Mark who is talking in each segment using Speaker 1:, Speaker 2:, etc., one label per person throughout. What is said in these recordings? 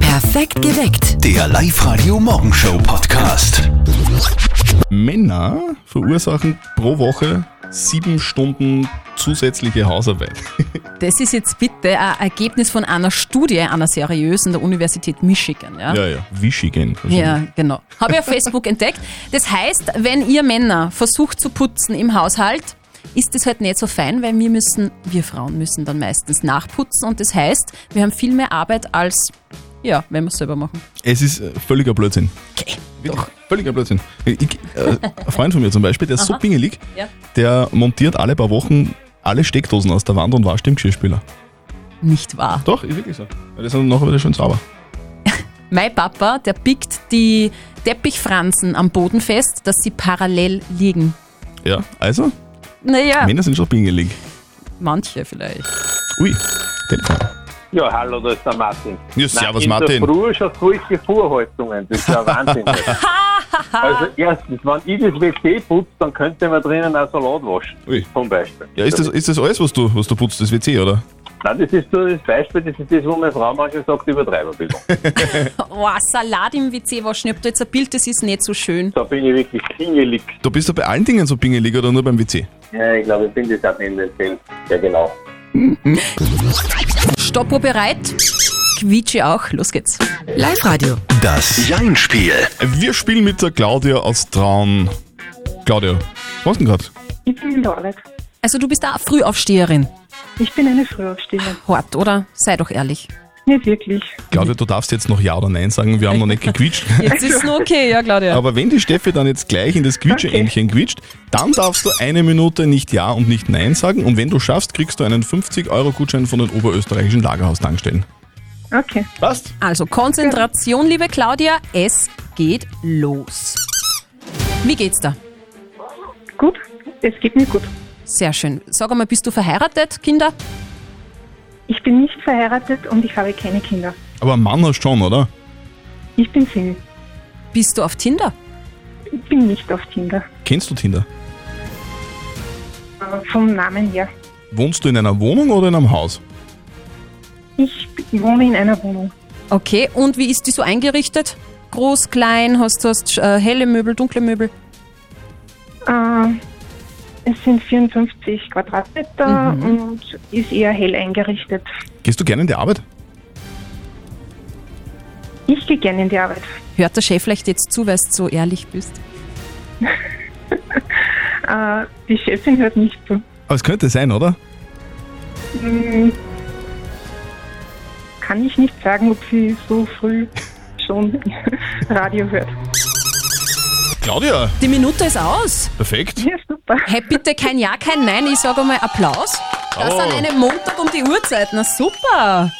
Speaker 1: Perfekt geweckt.
Speaker 2: Der Live-Radio Morgenshow Podcast.
Speaker 3: Männer verursachen pro Woche sieben Stunden zusätzliche Hausarbeit.
Speaker 4: Das ist jetzt bitte ein Ergebnis von einer Studie, einer seriösen der Universität Michigan. Ja, ja.
Speaker 3: ja. Also Wischigen.
Speaker 4: genau. Habe ich auf Facebook entdeckt. Das heißt, wenn ihr Männer versucht zu putzen im Haushalt, ist das halt nicht so fein, weil wir müssen, wir Frauen müssen dann meistens nachputzen und das heißt, wir haben viel mehr Arbeit als, ja, wenn wir es selber machen.
Speaker 3: Es ist äh, völliger Blödsinn.
Speaker 4: Okay.
Speaker 3: Wirklich, Völliger Blödsinn. Ich, äh, ein Freund von mir zum Beispiel, der ist so
Speaker 4: Aha.
Speaker 3: pingelig,
Speaker 4: Ja.
Speaker 3: der montiert alle paar Wochen alle Steckdosen aus der Wand und wascht im Geschirrspüler.
Speaker 4: Nicht wahr.
Speaker 3: Doch, ist wirklich so. Weil das ist dann nachher wieder schön sauber.
Speaker 4: Mein Papa, der pickt die Teppichfransen am Boden fest, dass sie parallel liegen.
Speaker 3: Ja, also,
Speaker 4: Naja,
Speaker 3: Männer sind schon pingelig.
Speaker 4: manche vielleicht.
Speaker 3: Ui, Telefon.
Speaker 5: Ja, hallo, da ist der Martin.
Speaker 3: Ja, servus,
Speaker 5: Nein,
Speaker 3: Martin.
Speaker 5: In der Früh schon solche Vorhaltungen, das ist ja Wahnsinn. also erstens, wenn ich das WC putze, dann könnte man drinnen auch Salat waschen,
Speaker 3: Ui.
Speaker 5: zum Beispiel.
Speaker 3: Ja, ist das, ist das alles, was du, was du putzt, das WC, oder?
Speaker 5: Nein, das ist so das Beispiel, das ist das, wo meine Frau manchmal sagt, übertreiben bitte.
Speaker 4: Oh, Salat im WC waschen. Ich hab da jetzt ein Bild, das ist nicht so schön.
Speaker 5: Da bin ich wirklich pingelig.
Speaker 3: Du bist ja bei allen Dingen so pingelig oder nur beim WC?
Speaker 5: Ja, ich glaube, ich bin das auch in den Film. Ja, genau.
Speaker 4: Stoppuhr bereit. Quietsche auch. Los geht's.
Speaker 1: Live-Radio.
Speaker 2: Das Jein-Spiel.
Speaker 3: Wir spielen mit der Claudia aus Traun. Claudia, was denn gerade?
Speaker 6: Ich bin in der Arbeit.
Speaker 4: Also du bist da Frühaufsteherin.
Speaker 6: Ich bin eine Frühaufsteherin.
Speaker 4: Hart, oder? Sei doch ehrlich.
Speaker 6: Nicht wirklich.
Speaker 3: Claudia, du darfst jetzt noch Ja oder Nein sagen, wir haben noch nicht gequitscht.
Speaker 4: Jetzt ist nur okay, ja Claudia.
Speaker 3: Aber wenn die Steffi dann jetzt gleich in das Quietscheähnchen quitscht, dann darfst du eine Minute nicht Ja und nicht Nein sagen und wenn du schaffst, kriegst du einen 50-Euro-Gutschein von den oberösterreichischen Lagerhaustankstellen.
Speaker 6: Okay.
Speaker 3: Passt?
Speaker 4: Also Konzentration, liebe Claudia. Es geht los. Wie geht's da?
Speaker 6: Gut. Es geht mir gut.
Speaker 4: Sehr schön. Sag einmal, bist du verheiratet, Kinder?
Speaker 6: Ich bin nicht verheiratet und ich habe keine Kinder.
Speaker 3: Aber einen Mann hast du schon, oder?
Speaker 6: Ich bin Single.
Speaker 4: Bist du auf Tinder?
Speaker 6: Ich bin nicht auf Tinder.
Speaker 3: Kennst du Tinder?
Speaker 6: Äh, Vom Namen her.
Speaker 3: Wohnst du in einer Wohnung oder in einem Haus?
Speaker 6: Ich b- wohne in einer Wohnung.
Speaker 4: Okay, und wie ist die so eingerichtet? Groß, klein, hast du hast, äh, helle Möbel, dunkle Möbel?
Speaker 6: Äh, Es sind 54 Quadratmeter und ist eher hell eingerichtet.
Speaker 3: Gehst du gerne in die Arbeit?
Speaker 6: Ich gehe gerne in die Arbeit.
Speaker 4: Hört der Chef vielleicht jetzt zu, weil du so ehrlich bist?
Speaker 6: Äh, Die Chefin hört nicht zu.
Speaker 3: Aber es könnte sein, oder?
Speaker 6: Hm, Kann ich nicht sagen, ob sie so früh schon Radio hört.
Speaker 3: Claudia,
Speaker 4: Die Minute ist aus.
Speaker 3: perfekt.
Speaker 6: Ja, super.
Speaker 4: Hey, bitte kein Ja, kein Nein. Ich sage einmal Applaus. Das
Speaker 3: Oh.
Speaker 4: an einem Montag um die Uhrzeit. Na super.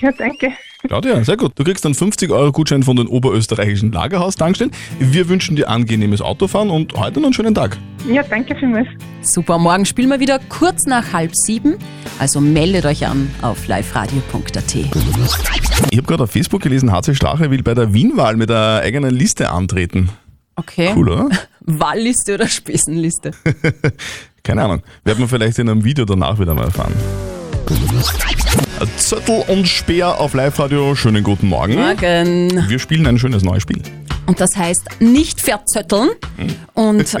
Speaker 6: Ja, danke.
Speaker 3: Claudia, sehr gut. Du kriegst einen 50-Euro-Gutschein von den oberösterreichischen Lagerhaustankstellen. Wir wünschen dir angenehmes Autofahren und heute noch einen schönen Tag.
Speaker 6: Ja, danke vielmals.
Speaker 4: Super, morgen spielen wir wieder kurz nach halb sieben. Also meldet euch an auf liveradio.at.
Speaker 3: Ich habe gerade auf Facebook gelesen, HC Strache will bei der Wien-Wahl mit einer eigenen Liste antreten.
Speaker 4: Okay.
Speaker 3: Cool, oder?
Speaker 4: Wahlliste oder Spesenliste?
Speaker 3: Keine Ahnung. Werden wir vielleicht in einem Video danach wieder mal erfahren. Zettel und Speer auf Live-Radio. Schönen guten Morgen.
Speaker 4: Morgen.
Speaker 3: Wir spielen ein schönes neues Spiel.
Speaker 4: Und das heißt nicht verzötteln.
Speaker 3: Hm.
Speaker 4: Und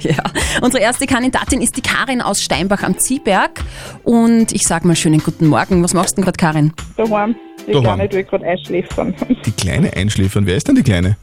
Speaker 4: ja, unsere erste Kandidatin ist die Karin aus Steinbach am Zieberg. Und ich sag mal schönen guten Morgen. Was machst du denn gerade, Karin?
Speaker 7: Daheim. Die
Speaker 3: Daheim.
Speaker 7: Kleine will gerade einschläfern.
Speaker 3: Die Kleine einschläfern. Wer ist denn die Kleine?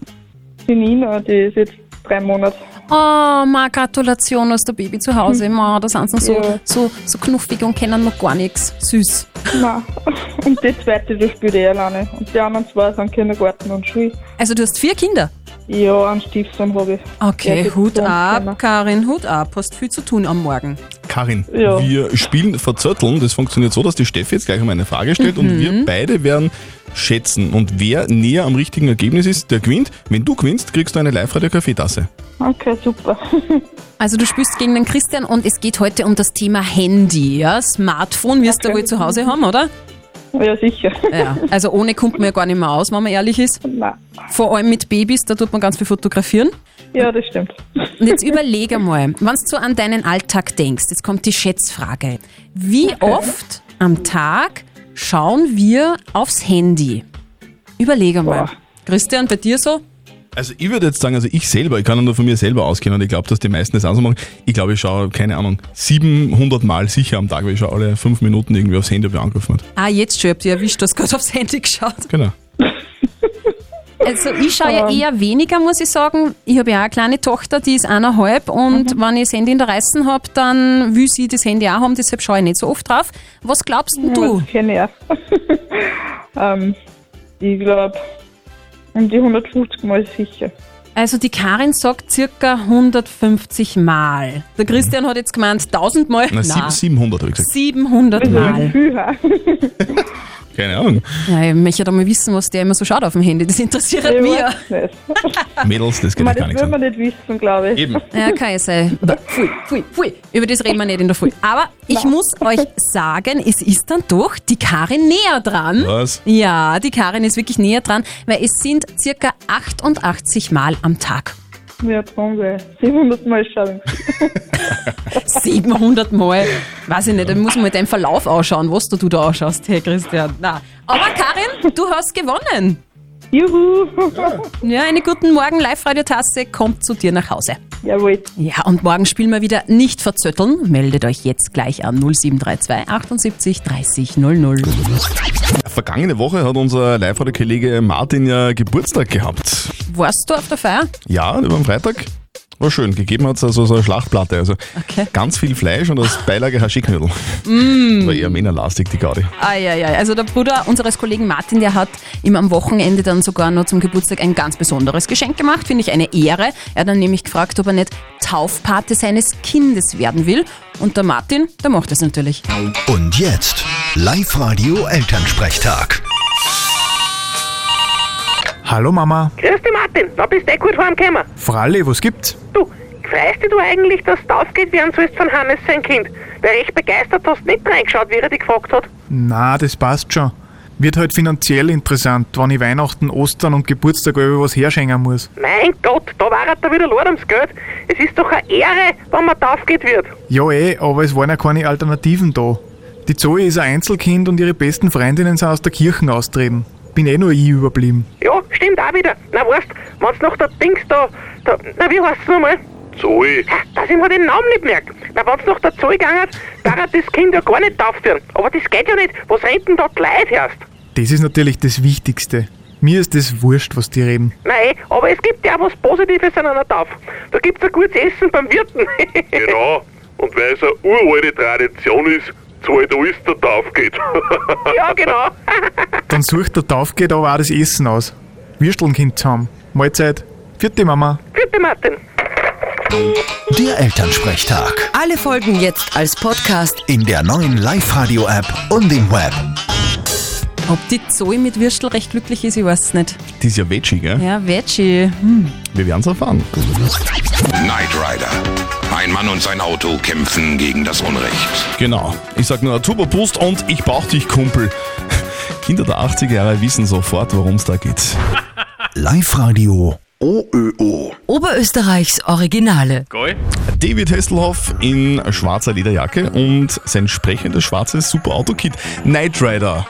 Speaker 7: Die Nina, die ist jetzt drei Monate.
Speaker 4: Oh, ma Gratulation aus der Baby zu Hause. Ma, da sind sie so,
Speaker 7: Ja.
Speaker 4: so, so knuffig und kennen noch gar nichts. Süß.
Speaker 7: Nein. Und die zweite, die spielt eh alleine. Und die anderen zwei sind Kindergarten und Schule.
Speaker 4: Also du hast vier Kinder?
Speaker 7: Ja, einen Stiefsohn habe ich. Der
Speaker 4: Okay,
Speaker 7: geht
Speaker 4: Hut
Speaker 7: zum
Speaker 4: ab,
Speaker 7: Zimmer.
Speaker 4: Karin, Hut ab. Hast viel zu tun am Morgen.
Speaker 3: Karin,
Speaker 7: Ja.
Speaker 3: wir spielen Verzötteln. Das funktioniert so, dass die Steffi jetzt gleich einmal eine Frage stellt und
Speaker 7: Mhm.
Speaker 3: wir beide werden schätzen. Und wer näher am richtigen Ergebnis ist, der gewinnt. Wenn du gewinnst, kriegst du eine Live-Radio-Kaffeetasse.
Speaker 7: Okay, super.
Speaker 4: Also du spielst gegen den Christian und es geht heute um das Thema Handy, ja? Smartphone wirst du
Speaker 7: Okay.
Speaker 4: wohl zu Hause haben, oder?
Speaker 7: ja, sicher.
Speaker 4: Ja, also ohne kommt man ja gar nicht mehr aus, wenn man ehrlich ist.
Speaker 7: Nein.
Speaker 4: Vor allem mit Babys, da tut man ganz viel fotografieren.
Speaker 7: Ja, das stimmt.
Speaker 4: Und jetzt überlege mal, wenn du so an deinen Alltag denkst, jetzt kommt die Schätzfrage. Wie oft am Tag schauen wir aufs Handy? Überleg einmal.
Speaker 6: Boah.
Speaker 4: Christian, bei dir so?
Speaker 3: Also ich würde jetzt sagen, also ich selber, ich kann nur von mir selber ausgehen und ich glaube, dass die meisten das auch so machen. Ich glaube, ich schaue, keine Ahnung, 700 Mal sicher am Tag, weil ich schaue alle fünf Minuten irgendwie aufs Handy, ob ich angerufen hat.
Speaker 4: Ah, jetzt schon, ich hab dich erwischt, du hast gerade aufs Handy geschaut.
Speaker 3: Genau.
Speaker 4: Also ich schaue ja eher weniger, muss ich sagen. Ich habe ja auch eine kleine Tochter, die ist eineinhalb und wenn ich das Handy in der Reißen habe, dann will sie das Handy auch haben, deshalb schaue ich nicht so oft drauf. Was glaubst denn du?
Speaker 7: Das kenne ich auch. ähm, ich glaube, um die 150 Mal sicher.
Speaker 4: Also die Karin sagt circa 150 Mal. Der Christian hat jetzt gemeint 1000 Mal.
Speaker 3: Na, sieb-
Speaker 4: Nein,
Speaker 3: 700 habe ich gesagt.
Speaker 4: 700 Mal.
Speaker 7: Viel auch.
Speaker 3: Keine Ahnung.
Speaker 4: Ja, ich möchte doch mal wissen, was der immer so schaut auf dem Handy. Das interessiert
Speaker 7: Ich
Speaker 4: mich.
Speaker 7: weiß nicht.
Speaker 3: Mädels, das geht ja
Speaker 7: Man,
Speaker 3: gar
Speaker 7: das
Speaker 3: nichts
Speaker 7: will
Speaker 3: an.
Speaker 7: man nicht wissen, glaube ich.
Speaker 3: Eben.
Speaker 4: Ja, kann ja sein. Aber Pfui, pfui, pfui. Über das reden wir nicht in der Früh. Aber ich muss euch sagen, es ist dann doch die Karin näher dran.
Speaker 3: Was?
Speaker 4: Ja, die Karin ist wirklich näher dran, weil es sind circa 88 Mal am Tag.
Speaker 7: Ja, drum will. 700 Mal schauen.
Speaker 4: 700 Mal. Weiß ich nicht, dann muss man mit deinem Verlauf ausschauen, was du, du da ausschaust, hey Christian. Na. Aber Karin, du hast gewonnen.
Speaker 7: Juhu!
Speaker 4: Ja, eine guten Morgen, Live-Radio-Tasse kommt zu dir nach Hause.
Speaker 7: Jawohl.
Speaker 4: Ja, und morgen spielen wir wieder nicht verzötteln. Meldet euch jetzt gleich an 0732 78 30 00.
Speaker 3: Vergangene Woche hat unser Live-Radio-Kollege Martin ja Geburtstag gehabt.
Speaker 4: Warst du auf der Feier?
Speaker 3: Ja, über den Freitag. War schön. Gegeben hat es also so eine Schlachtplatte. Also
Speaker 4: Okay. Ah.
Speaker 3: ganz viel Fleisch und als Beilage Haschiknödel. Mm. War eher männerlastig, die Gaudi.
Speaker 4: Ah, ja, ja. Also der Bruder unseres Kollegen Martin, der hat ihm am Wochenende dann sogar noch zum Geburtstag ein ganz besonderes Geschenk gemacht. Finde ich eine Ehre. Er hat dann nämlich gefragt, ob er nicht Taufpate seines Kindes werden will. Und der Martin, der macht es natürlich.
Speaker 2: Und jetzt Live-Radio Elternsprechtag.
Speaker 1: Hallo Mama.
Speaker 8: Grüß dich, Martin. Da bist du eh gut heimgekommen.
Speaker 1: Fralle, was gibt's?
Speaker 8: Du, freust dich du eigentlich, dass du aufgeht werden sollst von Hannes sein Kind? Weil recht begeistert hast du nicht reingeschaut, wie er dich gefragt hat.
Speaker 1: Na, das passt schon. Wird halt finanziell interessant, wenn ich Weihnachten, Ostern und Geburtstag über was herschenken muss.
Speaker 8: Mein Gott, da war er da wieder leid ums Geld. Es ist doch eine Ehre, wenn man da aufgeht wird.
Speaker 1: Ja eh, aber es waren ja keine Alternativen da. Die Zoe ist ein Einzelkind und ihre besten Freundinnen sind aus der Kirche austreten. Bin eh nur ich überblieben.
Speaker 8: Ja, stimmt auch wieder. Na weißt, wenn's noch der Dings da, da na wie heißt's nochmal? Zoe. Ha, dass ich mir den Namen nicht merke. Na, wenn's noch der Zoe gegangen hat, darf er das Kind ja gar nicht aufführen. Aber das geht ja nicht. Was rennt denn da die Leute erst?
Speaker 1: Das ist natürlich das Wichtigste. Mir ist das wurscht, was die reden.
Speaker 8: Nein, aber es gibt ja auch was Positives an einer Taufe. Da gibt's ein gutes Essen beim Wirten.
Speaker 9: Genau. Und weil es eine uralte Tradition ist, zahlt alles der Tauf geht.
Speaker 8: ja, genau.
Speaker 1: Dann sucht der Taufgeht aber auch das Essen aus. Würstelnkind zusammen. Mahlzeit. Vierte Mama.
Speaker 8: Bitte, Martin.
Speaker 2: Der Elternsprechtag.
Speaker 10: Alle Folgen jetzt als Podcast.
Speaker 2: In der neuen Live-Radio-App und im Web.
Speaker 4: Ob die Zoe mit Würstel recht glücklich ist, ich weiß es nicht.
Speaker 3: Die ist ja Veggie, gell?
Speaker 4: Ja, Veggie.
Speaker 3: Wir werden's erfahren.
Speaker 11: Knight Rider. Ein Mann und sein Auto kämpfen gegen das Unrecht.
Speaker 3: Genau. Ich sag nur Turbo Boost und ich brauch dich, Kumpel. Kinder der 80er Jahre wissen sofort, worum es da geht.
Speaker 2: Live-Radio OÖO.
Speaker 10: Oberösterreichs Originale.
Speaker 3: David Hasselhoff in schwarzer Lederjacke und sein sprechendes schwarzes Superauto-Kit. Knight Rider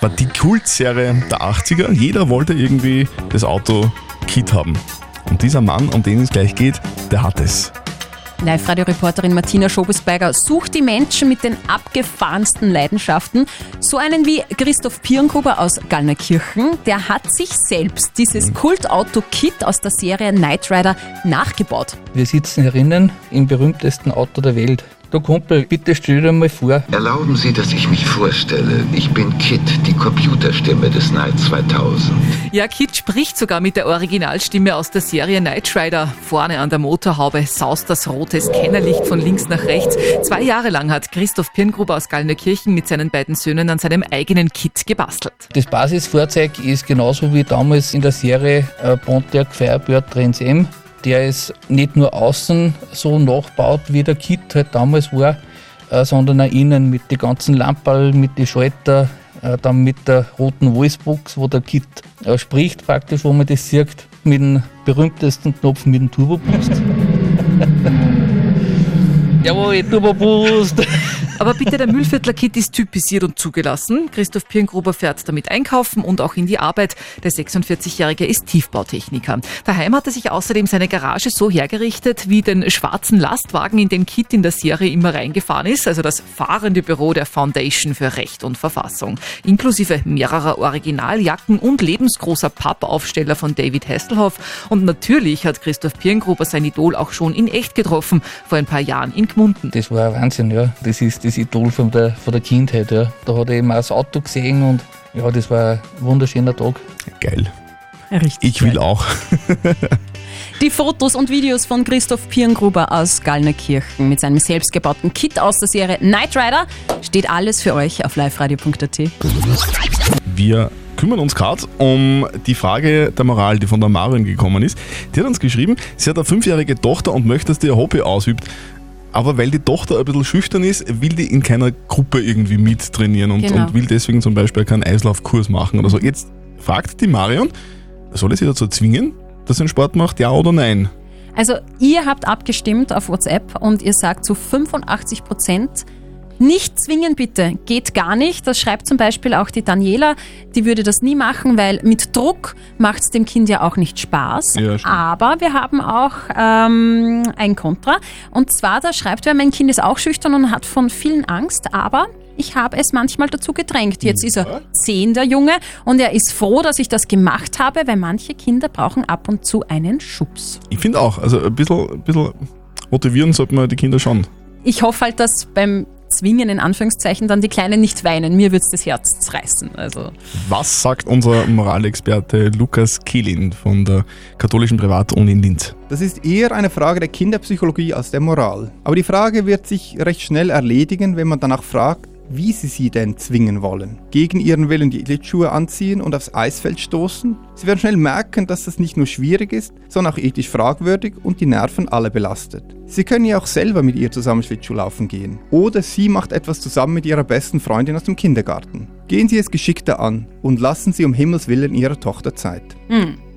Speaker 3: war die Kultserie der 80er. Jeder wollte irgendwie das Auto-Kit haben. Und dieser Mann, um den es gleich geht, der hat es.
Speaker 4: Live-Radio-Reporterin Martina Schobesberger sucht die Menschen mit den abgefahrensten Leidenschaften. So einen wie Christoph Pirngruber aus Gallnerkirchen, der hat sich selbst dieses Kultauto-Kit aus der Serie Knight Rider nachgebaut.
Speaker 9: Wir sitzen herinnen im berühmtesten Auto der Welt. Du Kumpel, bitte stell dir mal vor,
Speaker 11: Erlauben Sie, dass ich mich vorstelle. Ich bin Kit, die Computerstimme des Knight 2000.
Speaker 10: Ja, Kit spricht sogar mit der Originalstimme aus der Serie Knight Rider. Vorne an der Motorhaube saust das rote Scannerlicht von links nach rechts. Zwei Jahre lang hat Christoph Pirngruber aus Gallnerkirchen mit seinen beiden Söhnen an seinem eigenen Kit gebastelt.
Speaker 9: das Basisfahrzeug ist genauso wie damals in der Serie äh, Pontiac Firebird Trans M. Der ist nicht nur außen so nachgebaut, wie der Kit halt damals war, äh, sondern auch innen mit den ganzen Lamperl, mit den Schalter, äh, dann mit der roten Voicebox, wo der Kit äh, spricht praktisch, wo man das sieht, mit dem berühmtesten Knopf, mit dem Turbo Boost. Jawohl, Turbo Boost!
Speaker 10: Aber bitte, der Müllviertler Kit ist typisiert und zugelassen. Christoph Pirngruber fährt damit einkaufen und auch in die Arbeit. Der 46-Jährige ist Tiefbautechniker. Daheim hat er sich außerdem seine Garage so hergerichtet, wie den schwarzen Lastwagen, in den Kit in der Serie immer reingefahren ist, also das fahrende Büro der Foundation für Recht und Verfassung. Inklusive mehrerer Originaljacken und lebensgroßer Pappaufsteller von David Hasselhoff. Und natürlich hat Christoph Pirngruber sein Idol auch schon in echt getroffen, vor ein paar Jahren in Gmunden.
Speaker 9: Das war ein Wahnsinn, ja. Das ist das Idol von der, von der Kindheit, ja. Da hat er eben auch das Auto gesehen und ja, das war ein wunderschöner Tag.
Speaker 3: Geil. ich will auch.
Speaker 4: Die Fotos und Videos von Christoph Pirngruber aus Gallnerkirchen mit seinem selbstgebauten Kit aus der Serie Knight Rider steht alles für euch auf liveradio.at.
Speaker 3: Wir kümmern uns gerade um die Frage der Moral, die von der Marin gekommen ist. Die hat uns geschrieben, sie hat eine fünfjährige Tochter und möchte, dass die ihr Hobby ausübt. Aber weil die Tochter ein bisschen schüchtern ist, will die in keiner Gruppe irgendwie mittrainieren und,
Speaker 12: Genau.
Speaker 3: und will deswegen zum Beispiel keinen Eislaufkurs machen oder so. Jetzt fragt die Marion, soll ich sie dazu zwingen, dass sie einen Sport macht, ja oder nein?
Speaker 4: Also ihr habt abgestimmt auf WhatsApp und ihr sagt zu 85 Prozent, nicht zwingen bitte, geht gar nicht. Das schreibt zum Beispiel auch die Daniela, die würde das nie machen, weil mit Druck macht es dem Kind ja auch nicht Spaß.
Speaker 13: Ja, stimmt.
Speaker 4: Aber wir haben auch ähm, ein Kontra. Und zwar, da schreibt wer, mein Kind ist auch schüchtern und hat von vielen Angst, aber ich habe es manchmal dazu gedrängt. Jetzt ist er zehn, der Junge, und er ist froh, dass ich das gemacht habe, weil manche Kinder brauchen ab und zu einen Schubs.
Speaker 3: Ich finde auch, also ein bisschen, ein bisschen motivieren sollte man die Kinder schon.
Speaker 4: ich hoffe halt, dass beim Zwingen in Anführungszeichen dann die Kleinen nicht weinen. Mir wird's das Herz reißen. Also
Speaker 3: Was sagt unser Moralexperte Lukas Kehlin von der katholischen Privatuni in Linz?
Speaker 14: Das ist eher eine Frage der Kinderpsychologie als der Moral. Aber die Frage wird sich recht schnell erledigen, wenn man danach fragt, wie sie sie denn zwingen wollen. Gegen ihren Willen die Schlittschuhe anziehen und aufs Eisfeld stoßen? Sie werden schnell merken, dass das nicht nur schwierig ist, sondern auch ethisch fragwürdig und die Nerven alle belastet. Sie können ja auch selber mit ihr zusammen Schlittschuh laufen gehen. Oder sie macht etwas zusammen mit ihrer besten Freundin aus dem Kindergarten. Gehen Sie es geschickter an und lassen Sie um Himmels Willen Ihrer Tochter Zeit.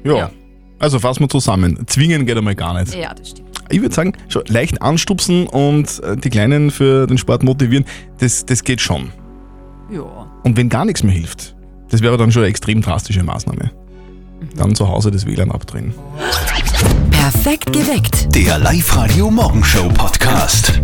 Speaker 3: Ja. Also fassen wir zusammen. Zwingen geht einmal gar nicht.
Speaker 4: Ja, das stimmt.
Speaker 3: Ich würde sagen, schon leicht anstupsen und äh, die Kleinen für den Sport motivieren, das, das geht schon.
Speaker 4: Ja.
Speaker 3: Und wenn gar nichts mehr hilft, das wäre dann schon eine extrem drastische Maßnahme. Dann zu Hause das WLAN abdrehen.
Speaker 2: Perfekt geweckt. Der Live-Radio Morgenshow Podcast.